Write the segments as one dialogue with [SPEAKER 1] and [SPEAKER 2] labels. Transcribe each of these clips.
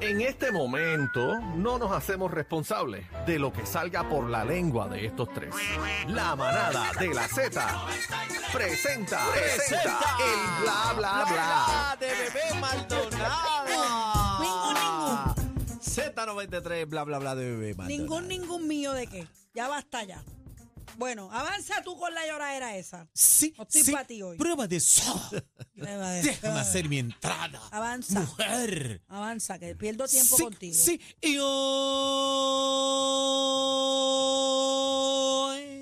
[SPEAKER 1] En este momento no nos hacemos responsables de lo que salga por la lengua de estos tres. La manada de la Z presenta, presenta el bla bla bla.
[SPEAKER 2] de bebé Maldonado. Z93, bla, bla, bla de bebé Maldonado.
[SPEAKER 3] Ningún, ningún mío de qué. Ya basta ya. Bueno, avanza tú con la lloradera esa.
[SPEAKER 4] Sí,
[SPEAKER 3] No estoy
[SPEAKER 4] sí,
[SPEAKER 3] pa' ti hoy.
[SPEAKER 4] Prueba de eso. Déjame hacer mi entrada.
[SPEAKER 3] Avanza.
[SPEAKER 4] Mujer.
[SPEAKER 3] Avanza, que pierdo tiempo
[SPEAKER 4] sí,
[SPEAKER 3] contigo.
[SPEAKER 4] Sí, y hoy.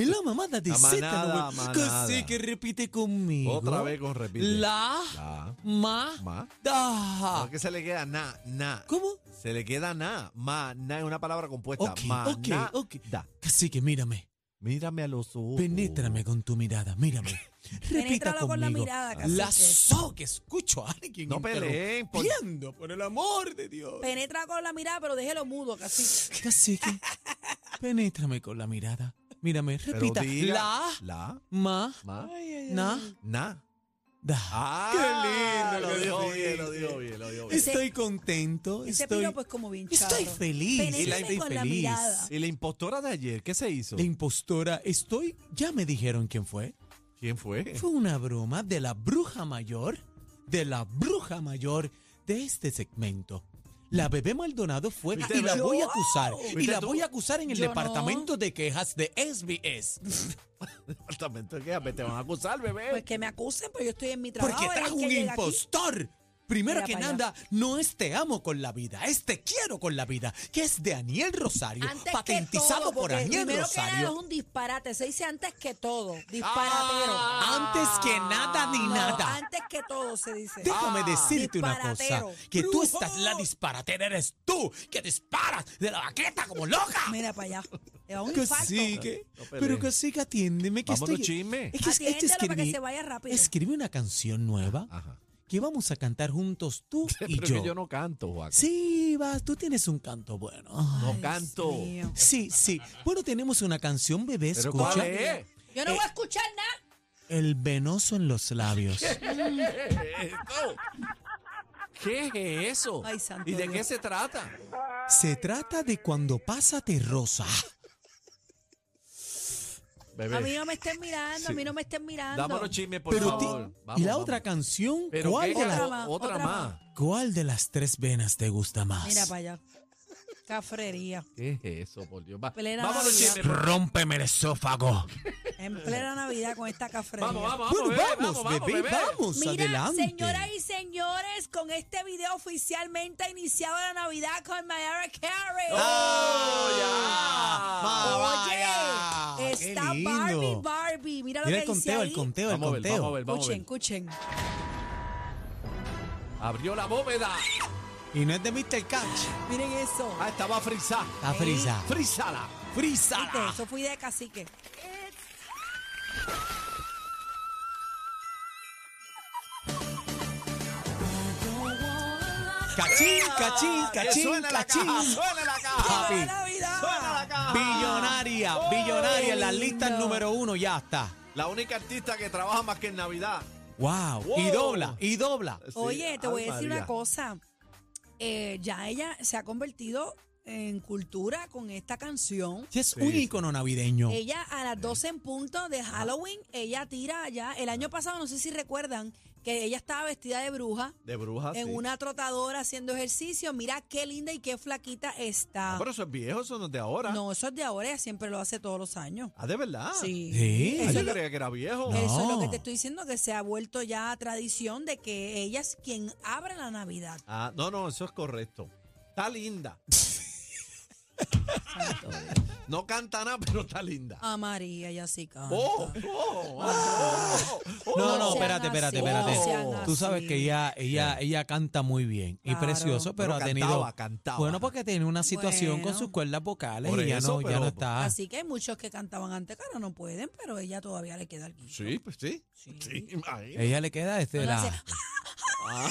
[SPEAKER 4] Y la mamada de
[SPEAKER 2] La manada,
[SPEAKER 4] Z,
[SPEAKER 2] manada.
[SPEAKER 4] que sí, que repite conmigo.
[SPEAKER 2] Otra vez con repite.
[SPEAKER 4] La,
[SPEAKER 2] La.
[SPEAKER 4] ma,
[SPEAKER 2] Ma.
[SPEAKER 4] da.
[SPEAKER 2] No, que Ah. se le queda na, na.
[SPEAKER 4] ¿Cómo?
[SPEAKER 2] Se le queda na. Ma, na es una palabra compuesta.
[SPEAKER 4] Ok,
[SPEAKER 2] ma,
[SPEAKER 4] ok,
[SPEAKER 2] na,
[SPEAKER 4] ok.
[SPEAKER 2] da.
[SPEAKER 4] Así que mírame,
[SPEAKER 2] Mírame a los ojos.
[SPEAKER 4] penétrame con tu mirada, mírame. Repita
[SPEAKER 3] Penétralo
[SPEAKER 4] conmigo.
[SPEAKER 3] con la mirada, cacique.
[SPEAKER 4] La so que escucho a alguien
[SPEAKER 2] No peleen, por-
[SPEAKER 4] interrumpiendo, por el amor de Dios.
[SPEAKER 3] Penetra con la mirada, pero déjelo mudo, casi.
[SPEAKER 4] Cacique, penétrame con la mirada. Mírame,
[SPEAKER 2] Pero
[SPEAKER 4] repita.
[SPEAKER 2] diga,
[SPEAKER 4] La,
[SPEAKER 2] La.
[SPEAKER 4] ma,
[SPEAKER 2] Ma.
[SPEAKER 4] na,
[SPEAKER 2] Na.
[SPEAKER 4] da.
[SPEAKER 2] Ah,
[SPEAKER 4] Qué lindo,
[SPEAKER 2] Lo
[SPEAKER 4] qué
[SPEAKER 2] dio bien,
[SPEAKER 4] lindo.
[SPEAKER 2] lo dio bien, lo dio bien.
[SPEAKER 4] Estoy contento,
[SPEAKER 3] Ese
[SPEAKER 4] estoy,
[SPEAKER 3] piropo es como bien charro.
[SPEAKER 4] estoy feliz.
[SPEAKER 3] Penétrame
[SPEAKER 4] estoy
[SPEAKER 3] con la mirada.
[SPEAKER 2] ¿Y la impostora de ayer qué se hizo?
[SPEAKER 4] La impostora, estoy, ya me dijeron quién fue.
[SPEAKER 2] ¿Quién fue?
[SPEAKER 4] Fue una broma de la bruja mayor, de la bruja mayor de este segmento. La bebé Maldonado fue
[SPEAKER 2] ¿Fuiste
[SPEAKER 4] y la
[SPEAKER 2] tú?
[SPEAKER 4] voy a acusar. Y
[SPEAKER 2] ¿Fuiste
[SPEAKER 4] la
[SPEAKER 2] tú?
[SPEAKER 4] voy a acusar en el
[SPEAKER 3] Yo no.
[SPEAKER 4] departamento de quejas de SBS.
[SPEAKER 2] Exactamente, ¿qué? Te van a acusar, bebé.
[SPEAKER 3] Pues que me acusen, pues yo estoy en mi trabajo.
[SPEAKER 4] Porque
[SPEAKER 3] el
[SPEAKER 4] trajo
[SPEAKER 3] que
[SPEAKER 4] un
[SPEAKER 3] llega aquí.
[SPEAKER 4] impostor. Primero
[SPEAKER 3] Mira
[SPEAKER 4] que
[SPEAKER 3] pa' allá.
[SPEAKER 4] nada, no es te amo con la vida, es te quiero con la vida, que es de Aniel Rosario,
[SPEAKER 3] Antes que
[SPEAKER 4] patentizado
[SPEAKER 3] todo,
[SPEAKER 4] por
[SPEAKER 3] porque
[SPEAKER 4] Aniel
[SPEAKER 3] primero que nada es
[SPEAKER 4] Rosario.
[SPEAKER 3] un disparate. Se dice antes que todo. Disparatero.
[SPEAKER 4] Antes que nada ni
[SPEAKER 3] Ah, No,
[SPEAKER 4] Ah, nada.
[SPEAKER 3] Antes que todo se dice.
[SPEAKER 4] Déjame decirte una cosa,
[SPEAKER 3] disparatero.
[SPEAKER 4] que tú
[SPEAKER 3] Brujo.
[SPEAKER 4] estás la disparatera, eres tú, que disparas de la baqueta como loca.
[SPEAKER 3] Mira para allá. Le da un
[SPEAKER 4] Que
[SPEAKER 3] infarto.
[SPEAKER 4] sí, que,
[SPEAKER 2] No peleen.
[SPEAKER 4] pero que sí que atiéndeme, que
[SPEAKER 2] Vámonos,
[SPEAKER 4] estoy...
[SPEAKER 2] chisme.
[SPEAKER 4] Es que, es que
[SPEAKER 3] Atiéndelo para que
[SPEAKER 4] escribí-
[SPEAKER 3] se vaya rápido.
[SPEAKER 4] Escribe una canción nueva
[SPEAKER 2] Ajá.
[SPEAKER 4] que vamos a cantar juntos tú
[SPEAKER 2] Pero
[SPEAKER 4] y
[SPEAKER 2] que
[SPEAKER 4] yo.
[SPEAKER 2] yo no canto, Juan.
[SPEAKER 4] Sí, vas, tú tienes un canto bueno.
[SPEAKER 2] No
[SPEAKER 3] Ay,
[SPEAKER 2] canto.
[SPEAKER 3] Dios mío.
[SPEAKER 4] Sí, sí. Bueno, tenemos una canción, bebé,
[SPEAKER 2] ¿Pero
[SPEAKER 4] escucha.
[SPEAKER 2] cuál es?
[SPEAKER 3] Yo
[SPEAKER 4] Eh.
[SPEAKER 3] no voy a escuchar nada.
[SPEAKER 4] El venoso en los labios.
[SPEAKER 2] ¿Qué es eso?
[SPEAKER 3] Ay, santo
[SPEAKER 2] ¿Y de
[SPEAKER 3] Dios.
[SPEAKER 2] qué se trata?
[SPEAKER 4] Se trata de cuando pasa te rosa.
[SPEAKER 3] A mí no me estén mirando, a mí no me estén mirando.
[SPEAKER 2] Dame los chismes, por
[SPEAKER 4] Pero ti-
[SPEAKER 2] favor.
[SPEAKER 4] y
[SPEAKER 2] Vamos,
[SPEAKER 4] la
[SPEAKER 2] vamos.
[SPEAKER 4] otra canción,
[SPEAKER 2] Pero
[SPEAKER 4] ¿cuál
[SPEAKER 2] que
[SPEAKER 4] de, la-
[SPEAKER 2] ella-
[SPEAKER 3] Otra más,
[SPEAKER 2] otra
[SPEAKER 3] otra
[SPEAKER 2] más.
[SPEAKER 4] cuál de las tres venas te gusta más?
[SPEAKER 3] Mira para allá. Cafrería.
[SPEAKER 2] ¿Qué es eso, por Dios? Va-
[SPEAKER 3] Plena
[SPEAKER 2] Vamos los
[SPEAKER 3] Navidad.
[SPEAKER 2] chismes. por-
[SPEAKER 4] Rómpeme el esófago.
[SPEAKER 3] En plena Navidad con esta cafrería.
[SPEAKER 2] Vamos, vamos,
[SPEAKER 4] Bueno,
[SPEAKER 2] vamos, bebé,
[SPEAKER 4] Eh. vamos, bebé, vamos,
[SPEAKER 3] Mira,
[SPEAKER 4] adelante.
[SPEAKER 3] señoras y señores, con este video oficialmente ha iniciado la Navidad con Mariah Carey.
[SPEAKER 2] ¡Oh, ya!
[SPEAKER 4] Mariah,
[SPEAKER 3] Oye,
[SPEAKER 4] qué
[SPEAKER 3] está
[SPEAKER 4] lindo.
[SPEAKER 3] Barbie, Barbie. Mira lo
[SPEAKER 4] Mira
[SPEAKER 3] que
[SPEAKER 4] el
[SPEAKER 3] dice
[SPEAKER 4] conteo, el
[SPEAKER 3] ahí.
[SPEAKER 4] conteo, el
[SPEAKER 2] Vamos a ver, vamos a
[SPEAKER 4] conteo.
[SPEAKER 2] ver, vamos a
[SPEAKER 3] Escuchen,
[SPEAKER 2] ver.
[SPEAKER 3] escuchen.
[SPEAKER 2] Abrió la bóveda.
[SPEAKER 4] Y no es de Mr. Catch.
[SPEAKER 3] Miren eso.
[SPEAKER 2] Ah, estaba frisada.
[SPEAKER 4] Está frisa.
[SPEAKER 2] Frisada.
[SPEAKER 3] Viste,
[SPEAKER 4] Frisa.
[SPEAKER 3] Eso fui de cacique.
[SPEAKER 4] Cachín,
[SPEAKER 3] Ah.
[SPEAKER 4] cachín,
[SPEAKER 2] Que
[SPEAKER 4] cachín,
[SPEAKER 2] suene la caja,
[SPEAKER 4] cachín.
[SPEAKER 2] Suena la caja.
[SPEAKER 4] Papi.
[SPEAKER 3] ¡Viva la Navidad!
[SPEAKER 2] Suena la caja.
[SPEAKER 4] Billonaria,
[SPEAKER 2] Oh,
[SPEAKER 4] billonaria, en las
[SPEAKER 3] lindo.
[SPEAKER 4] listas número uno ya está.
[SPEAKER 2] La única artista que trabaja más que en Navidad.
[SPEAKER 4] Wow. Y
[SPEAKER 2] Wow.
[SPEAKER 4] dobla, y dobla.
[SPEAKER 2] Sí,
[SPEAKER 3] Oye, te voy
[SPEAKER 2] Ave
[SPEAKER 3] a decir
[SPEAKER 2] María.
[SPEAKER 3] una cosa. Eh, ya ella se ha convertido en cultura con esta canción.
[SPEAKER 4] Sí, es
[SPEAKER 2] Sí,
[SPEAKER 4] un
[SPEAKER 2] sí.
[SPEAKER 4] ícono navideño.
[SPEAKER 3] Ella a las 12 en punto de Halloween, ella tira ya. El año pasado, no sé si recuerdan, que ella estaba vestida de bruja
[SPEAKER 2] De bruja,
[SPEAKER 3] en
[SPEAKER 2] Ah, sí.
[SPEAKER 3] una trotadora haciendo ejercicio. Mira qué linda y qué flaquita está.
[SPEAKER 2] Ah, pero eso es viejo, eso no es de ahora.
[SPEAKER 3] No, eso es de ahora, ella siempre lo hace todos los años.
[SPEAKER 2] Ah, de verdad.
[SPEAKER 3] Sí.
[SPEAKER 4] Sí.
[SPEAKER 2] Ah,
[SPEAKER 3] Eso
[SPEAKER 2] yo
[SPEAKER 3] es lo-
[SPEAKER 2] creía que era viejo.
[SPEAKER 4] No.
[SPEAKER 3] Eso es lo que te estoy diciendo, que se ha vuelto ya tradición de que ella es quien abre la Navidad.
[SPEAKER 2] Ah, no, no, eso es correcto. Está linda. no canta nada, pero está linda.
[SPEAKER 3] A María y así canta.
[SPEAKER 2] Oh, oh, oh, oh, oh.
[SPEAKER 4] No, no,
[SPEAKER 3] No sean
[SPEAKER 4] espérate, espérate,
[SPEAKER 3] así,
[SPEAKER 4] espérate.
[SPEAKER 2] no sean
[SPEAKER 4] Tú sabes
[SPEAKER 3] así.
[SPEAKER 4] que ella, ella, ella canta muy bien y
[SPEAKER 3] Claro.
[SPEAKER 4] precioso, pero,
[SPEAKER 2] Pero
[SPEAKER 4] ha
[SPEAKER 2] cantaba,
[SPEAKER 4] tenido.
[SPEAKER 2] cantaba.
[SPEAKER 4] Bueno, porque tiene una situación con
[SPEAKER 3] Bueno.
[SPEAKER 4] sus cuerdas vocales
[SPEAKER 2] Por
[SPEAKER 4] y ya
[SPEAKER 2] eso,
[SPEAKER 4] no, ya
[SPEAKER 2] pero-
[SPEAKER 4] no está.
[SPEAKER 3] Así que hay muchos que cantaban antes que ahora no pueden, pero ella todavía le queda el guiso.
[SPEAKER 2] Sí, pues sí.
[SPEAKER 3] Sí.
[SPEAKER 2] Sí, imagínate.
[SPEAKER 4] Ella le queda este
[SPEAKER 3] No la
[SPEAKER 4] la-
[SPEAKER 3] hace-
[SPEAKER 2] Ah,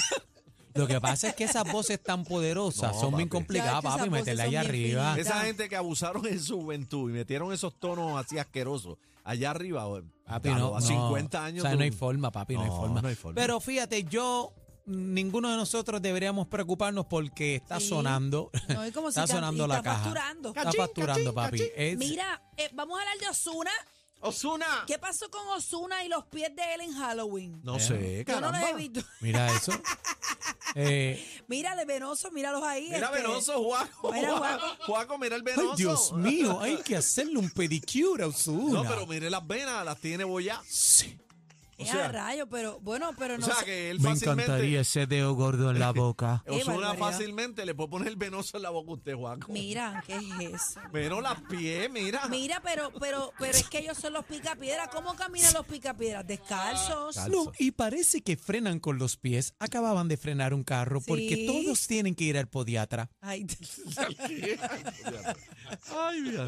[SPEAKER 4] Lo que pasa es que esas voces tan poderosas
[SPEAKER 2] No,
[SPEAKER 4] son bien
[SPEAKER 2] papi.
[SPEAKER 4] complicadas,
[SPEAKER 3] Ya, esas
[SPEAKER 4] papi,
[SPEAKER 3] voces
[SPEAKER 4] meterla
[SPEAKER 3] son
[SPEAKER 4] allá
[SPEAKER 3] bien
[SPEAKER 4] arriba.
[SPEAKER 3] finitas.
[SPEAKER 2] esa gente que abusaron en su juventud y metieron esos tonos así asquerosos allá arriba,
[SPEAKER 4] Papi,
[SPEAKER 2] ya
[SPEAKER 4] no,
[SPEAKER 2] a
[SPEAKER 4] no.
[SPEAKER 2] 50 años.
[SPEAKER 4] O sea,
[SPEAKER 2] tú-
[SPEAKER 4] no hay forma, papi, no, hay
[SPEAKER 2] No,
[SPEAKER 4] forma.
[SPEAKER 2] no hay forma.
[SPEAKER 4] Pero fíjate, yo ninguno de nosotros deberíamos preocuparnos porque está
[SPEAKER 3] Sí.
[SPEAKER 4] sonando.
[SPEAKER 3] No, es como si
[SPEAKER 4] Está
[SPEAKER 3] can-
[SPEAKER 4] sonando
[SPEAKER 3] y
[SPEAKER 4] la
[SPEAKER 3] está
[SPEAKER 4] caja.
[SPEAKER 3] facturando.
[SPEAKER 4] Está facturando, papi. Es-
[SPEAKER 3] Mira, eh, vamos a hablar de Osuna.
[SPEAKER 5] Osuna.
[SPEAKER 3] ¿Qué pasó con Osuna y los pies de él en Halloween?
[SPEAKER 2] No
[SPEAKER 4] Eh,
[SPEAKER 2] sé,
[SPEAKER 3] Yo no los
[SPEAKER 2] caramba.
[SPEAKER 3] he visto.
[SPEAKER 4] Mira eso. Eh,
[SPEAKER 3] Mira, de venoso, míralos ahí.
[SPEAKER 2] Mira
[SPEAKER 3] este,
[SPEAKER 2] Venoso, Juaco.
[SPEAKER 3] Mira, Juaco.
[SPEAKER 2] Juaco, Juaco, mira el
[SPEAKER 4] ay,
[SPEAKER 2] Venoso.
[SPEAKER 4] Dios mío, hay que hacerle un pedicure a Ozuna.
[SPEAKER 2] No, pero mire las venas, las tiene boya.
[SPEAKER 4] Sí.
[SPEAKER 2] O
[SPEAKER 3] eh,
[SPEAKER 2] sea-
[SPEAKER 3] a rayos, pero bueno, pero
[SPEAKER 2] O
[SPEAKER 3] no
[SPEAKER 2] sea
[SPEAKER 3] sé.
[SPEAKER 2] que él
[SPEAKER 4] Me
[SPEAKER 2] fácilmente.
[SPEAKER 4] encantaría ese dedo gordo en la boca.
[SPEAKER 3] Qué
[SPEAKER 2] Osuna
[SPEAKER 3] barbaridad.
[SPEAKER 2] fácilmente le puede poner el venoso en la boca a usted, Juaco.
[SPEAKER 3] Mira, ¿qué es eso?
[SPEAKER 2] Pero las pies, mira.
[SPEAKER 3] Mira, pero, pero, pero es que ellos son los picapiedras. ¿Cómo caminan los picapiedras? Descalzos.
[SPEAKER 4] No, y parece que frenan con los pies. Acababan de frenar un carro porque
[SPEAKER 3] Sí.
[SPEAKER 4] todos tienen que ir al podiatra.
[SPEAKER 3] Ay,
[SPEAKER 2] Ay, mira.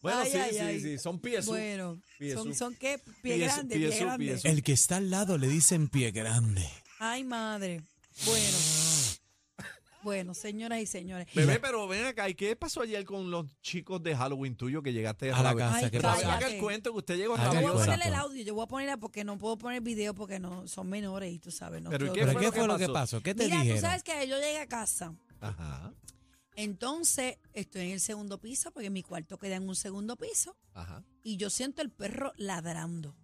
[SPEAKER 2] Bueno,
[SPEAKER 3] Ay,
[SPEAKER 2] sí,
[SPEAKER 3] ay,
[SPEAKER 2] sí,
[SPEAKER 3] ay.
[SPEAKER 2] sí. Son pies.
[SPEAKER 3] bueno,
[SPEAKER 2] Piezú.
[SPEAKER 3] son, son qué, pie
[SPEAKER 2] Piezú,
[SPEAKER 3] grande, pie
[SPEAKER 2] piezú,
[SPEAKER 3] grande.
[SPEAKER 2] piezú.
[SPEAKER 4] El que está al lado le dicen pie grande.
[SPEAKER 3] Ay, madre. Bueno. Bueno, señoras y señores.
[SPEAKER 2] Bebé, pero ven acá. ¿Y qué pasó ayer con los chicos de Halloween tuyo que llegaste
[SPEAKER 4] A la
[SPEAKER 2] rabiosa?
[SPEAKER 4] casa,
[SPEAKER 3] Ay,
[SPEAKER 4] ¿qué
[SPEAKER 3] cállate.
[SPEAKER 4] pasa?
[SPEAKER 2] Haga el cuento que usted llegó
[SPEAKER 3] Yo
[SPEAKER 4] Haga el
[SPEAKER 3] voy a
[SPEAKER 4] cuento.
[SPEAKER 2] rabiosa.
[SPEAKER 3] ponerle el audio, yo voy a ponerla porque no puedo poner video porque no son menores y tú sabes. No
[SPEAKER 2] Pero, ¿y
[SPEAKER 3] estoy
[SPEAKER 2] qué
[SPEAKER 4] ¿Pero
[SPEAKER 2] fue
[SPEAKER 4] qué
[SPEAKER 2] lo que
[SPEAKER 4] fue lo que
[SPEAKER 2] pasó?
[SPEAKER 4] pasó? ¿Qué te
[SPEAKER 3] Mira, tú
[SPEAKER 4] dijeron?
[SPEAKER 3] sabes que yo llegué a casa.
[SPEAKER 2] Ajá,
[SPEAKER 3] Entonces, estoy en el segundo piso porque mi cuarto queda en un segundo piso
[SPEAKER 2] ajá.
[SPEAKER 3] y yo siento el perro ladrando.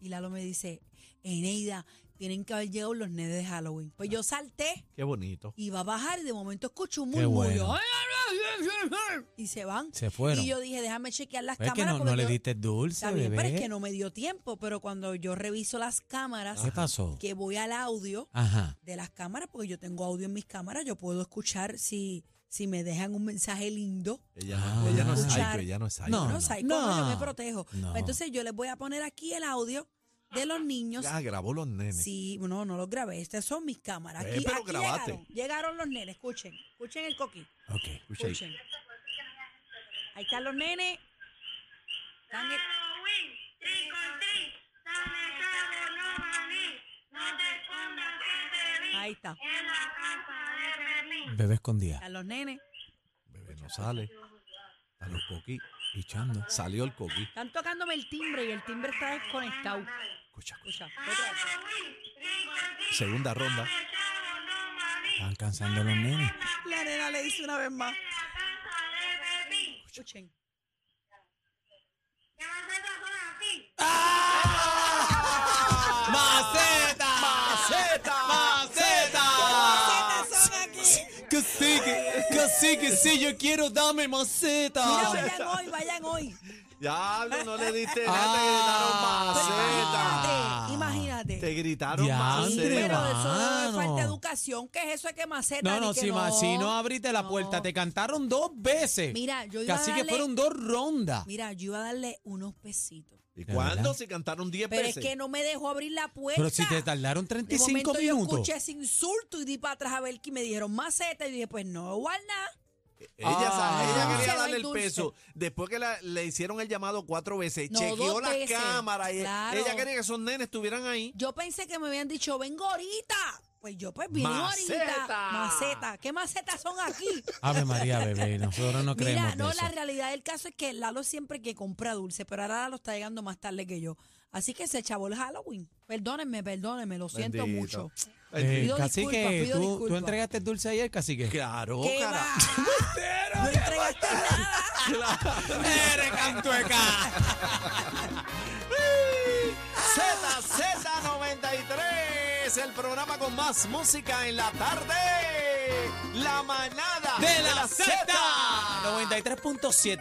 [SPEAKER 3] Y Lalo me dice, Eneida, tienen que haber llegado los nenes de Halloween. Pues yo salté,
[SPEAKER 2] Qué bonito.
[SPEAKER 3] iba a bajar y de momento escucho un
[SPEAKER 4] Qué
[SPEAKER 3] murmullo.
[SPEAKER 4] bueno.
[SPEAKER 3] Y se van.
[SPEAKER 4] Se fueron.
[SPEAKER 3] Y yo dije, déjame chequear las
[SPEAKER 4] Pero es que
[SPEAKER 3] cámaras.
[SPEAKER 4] no,
[SPEAKER 3] porque
[SPEAKER 4] no le
[SPEAKER 3] yo-
[SPEAKER 4] diste dulce,
[SPEAKER 3] Está bien, pero es
[SPEAKER 4] bebé.
[SPEAKER 3] que no me dio tiempo. Pero cuando yo reviso las cámaras,
[SPEAKER 4] ¿Qué pasó?
[SPEAKER 3] que voy al audio
[SPEAKER 4] Ajá.
[SPEAKER 3] de las cámaras, porque yo tengo audio en mis cámaras, yo puedo escuchar si, si me dejan un mensaje lindo.
[SPEAKER 2] Ella, no, Ah, ella no es
[SPEAKER 3] Escuchar.
[SPEAKER 2] psycho, ella no es psycho.
[SPEAKER 4] Ah. No,
[SPEAKER 3] No,
[SPEAKER 4] no,
[SPEAKER 3] psycho, no, yo
[SPEAKER 4] no.
[SPEAKER 3] me protejo.
[SPEAKER 4] No.
[SPEAKER 3] Pues Entonces yo les voy a poner aquí el audio de los niños.
[SPEAKER 2] Ya grabó los nenes.
[SPEAKER 3] Sí, no, no los grabé. Estas son mis cámaras.
[SPEAKER 2] Eh,
[SPEAKER 3] Aquí,
[SPEAKER 2] pero
[SPEAKER 3] aquí
[SPEAKER 2] grabaste.
[SPEAKER 3] llegaron. Llegaron los nenes. Escuchen. Escuchen el coqui.
[SPEAKER 4] Ok.
[SPEAKER 2] Escucha ahí.
[SPEAKER 3] Escuchen. Ahí están los nenes. Están en- Ahí está.
[SPEAKER 4] Bebé escondida.
[SPEAKER 3] Están los nenes.
[SPEAKER 2] Bebé no sale. A los coquí.
[SPEAKER 4] Pichando.
[SPEAKER 2] Salió el coquí.
[SPEAKER 3] Están tocándome el timbre y el timbre está desconectado.
[SPEAKER 2] Escucha, escucha.
[SPEAKER 3] Escucha. otra vez.
[SPEAKER 2] Segunda ronda.
[SPEAKER 4] Están cansando los nenes.
[SPEAKER 3] La nena le dice una vez más. Escuchen.
[SPEAKER 4] ¡Maceta! ¡Maceta! ¡Maceta!
[SPEAKER 3] Estas son aquí.
[SPEAKER 4] Que sí, que, que sí, que sí, yo quiero dame maceta.
[SPEAKER 2] Ah,
[SPEAKER 3] Mira, vayan hoy, vayan hoy.
[SPEAKER 2] Ya, no, no le diste
[SPEAKER 4] Ah.
[SPEAKER 3] Pero
[SPEAKER 2] nada.
[SPEAKER 3] imagínate, imagínate.
[SPEAKER 2] Te gritaron
[SPEAKER 4] Diantre,
[SPEAKER 2] maceta. Te
[SPEAKER 3] Pero
[SPEAKER 2] gritaron maceta.
[SPEAKER 3] eso no es falta de
[SPEAKER 4] mano.
[SPEAKER 3] educación. ¿Qué es eso? Es que maceta.
[SPEAKER 4] No,
[SPEAKER 3] ni
[SPEAKER 4] no,
[SPEAKER 3] que
[SPEAKER 4] si, ma- si no abriste la
[SPEAKER 3] No.
[SPEAKER 4] puerta, te cantaron dos veces.
[SPEAKER 3] Mira, yo iba a
[SPEAKER 4] Casi que
[SPEAKER 3] darle-
[SPEAKER 4] fueron dos rondas.
[SPEAKER 3] Mira, yo iba a darle unos pesitos.
[SPEAKER 2] ¿Y
[SPEAKER 4] De
[SPEAKER 2] cuándo
[SPEAKER 4] verdad.
[SPEAKER 2] se cantaron 10
[SPEAKER 3] Pero es
[SPEAKER 2] veces?
[SPEAKER 3] que no me dejó abrir la puerta.
[SPEAKER 4] Pero si te tardaron
[SPEAKER 3] De
[SPEAKER 4] 35
[SPEAKER 3] momento yo
[SPEAKER 4] minutos.
[SPEAKER 3] escuché ese insulto y di para atrás a ver que me dijeron maceta. Y dije, pues no, igual nada.
[SPEAKER 2] Ella, sa-
[SPEAKER 4] Ah.
[SPEAKER 2] ella
[SPEAKER 3] Dulce,
[SPEAKER 2] quería
[SPEAKER 3] no
[SPEAKER 2] darle
[SPEAKER 3] hay
[SPEAKER 2] el
[SPEAKER 3] dulce.
[SPEAKER 2] peso. Después que la- le hicieron el llamado cuatro veces,
[SPEAKER 3] No,
[SPEAKER 2] chequeó
[SPEAKER 3] dos
[SPEAKER 2] las
[SPEAKER 3] veces.
[SPEAKER 2] cámaras. y-
[SPEAKER 3] Claro.
[SPEAKER 2] Ella quería que esos nenes estuvieran ahí.
[SPEAKER 3] Yo pensé que me habían dicho, vengo ahorita. Pues yo, pues vine ahorita.
[SPEAKER 2] Maceta.
[SPEAKER 3] Maceta. ¿Qué macetas son aquí?
[SPEAKER 4] Ave María, bebé, nosotros no
[SPEAKER 3] Mira,
[SPEAKER 4] creemos
[SPEAKER 3] no,
[SPEAKER 4] de
[SPEAKER 3] la
[SPEAKER 4] eso.
[SPEAKER 3] realidad del caso es que Lalo siempre que compra dulce, pero ahora Lalo está llegando más tarde que yo. Así que se chavó el Halloween. Perdónenme, perdónenme, lo siento
[SPEAKER 2] Bendito.
[SPEAKER 3] mucho.
[SPEAKER 4] Eh,
[SPEAKER 3] Pido
[SPEAKER 4] Cacique,
[SPEAKER 3] disculpas, pido
[SPEAKER 4] tú, tú
[SPEAKER 3] disculpas.
[SPEAKER 4] entregaste el dulce ayer, cacique.
[SPEAKER 2] Claro,
[SPEAKER 3] ¿Qué
[SPEAKER 2] cara.
[SPEAKER 3] va? No entregaste nada.
[SPEAKER 4] ¡Eres cantueca!
[SPEAKER 3] Ah.
[SPEAKER 2] ZZ93, el programa con más música en la tarde. La manada
[SPEAKER 4] ¡De la
[SPEAKER 2] Zeta.
[SPEAKER 4] Z! 93.7.